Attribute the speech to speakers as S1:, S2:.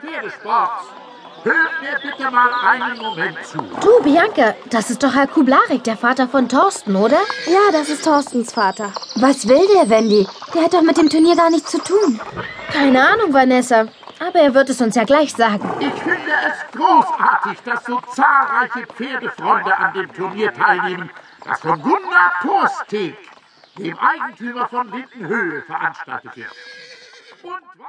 S1: Pferdesports. Hört mir bitte mal einen Moment zu.
S2: Du, Bianca, das ist doch Herr Kublarik, der Vater von Thorsten, oder?
S3: Ja, das ist Thorstens Vater.
S4: Was will der, Wendy? Der hat doch mit dem Turnier gar nichts zu tun.
S2: Keine Ahnung, Vanessa. Aber er wird es uns ja gleich sagen.
S1: Ich finde es großartig, dass so zahlreiche Pferdefreunde an dem Turnier teilnehmen, das von Gunnar Thorsteg, dem Eigentümer von Lindenhöhe, veranstaltet wird. Und weil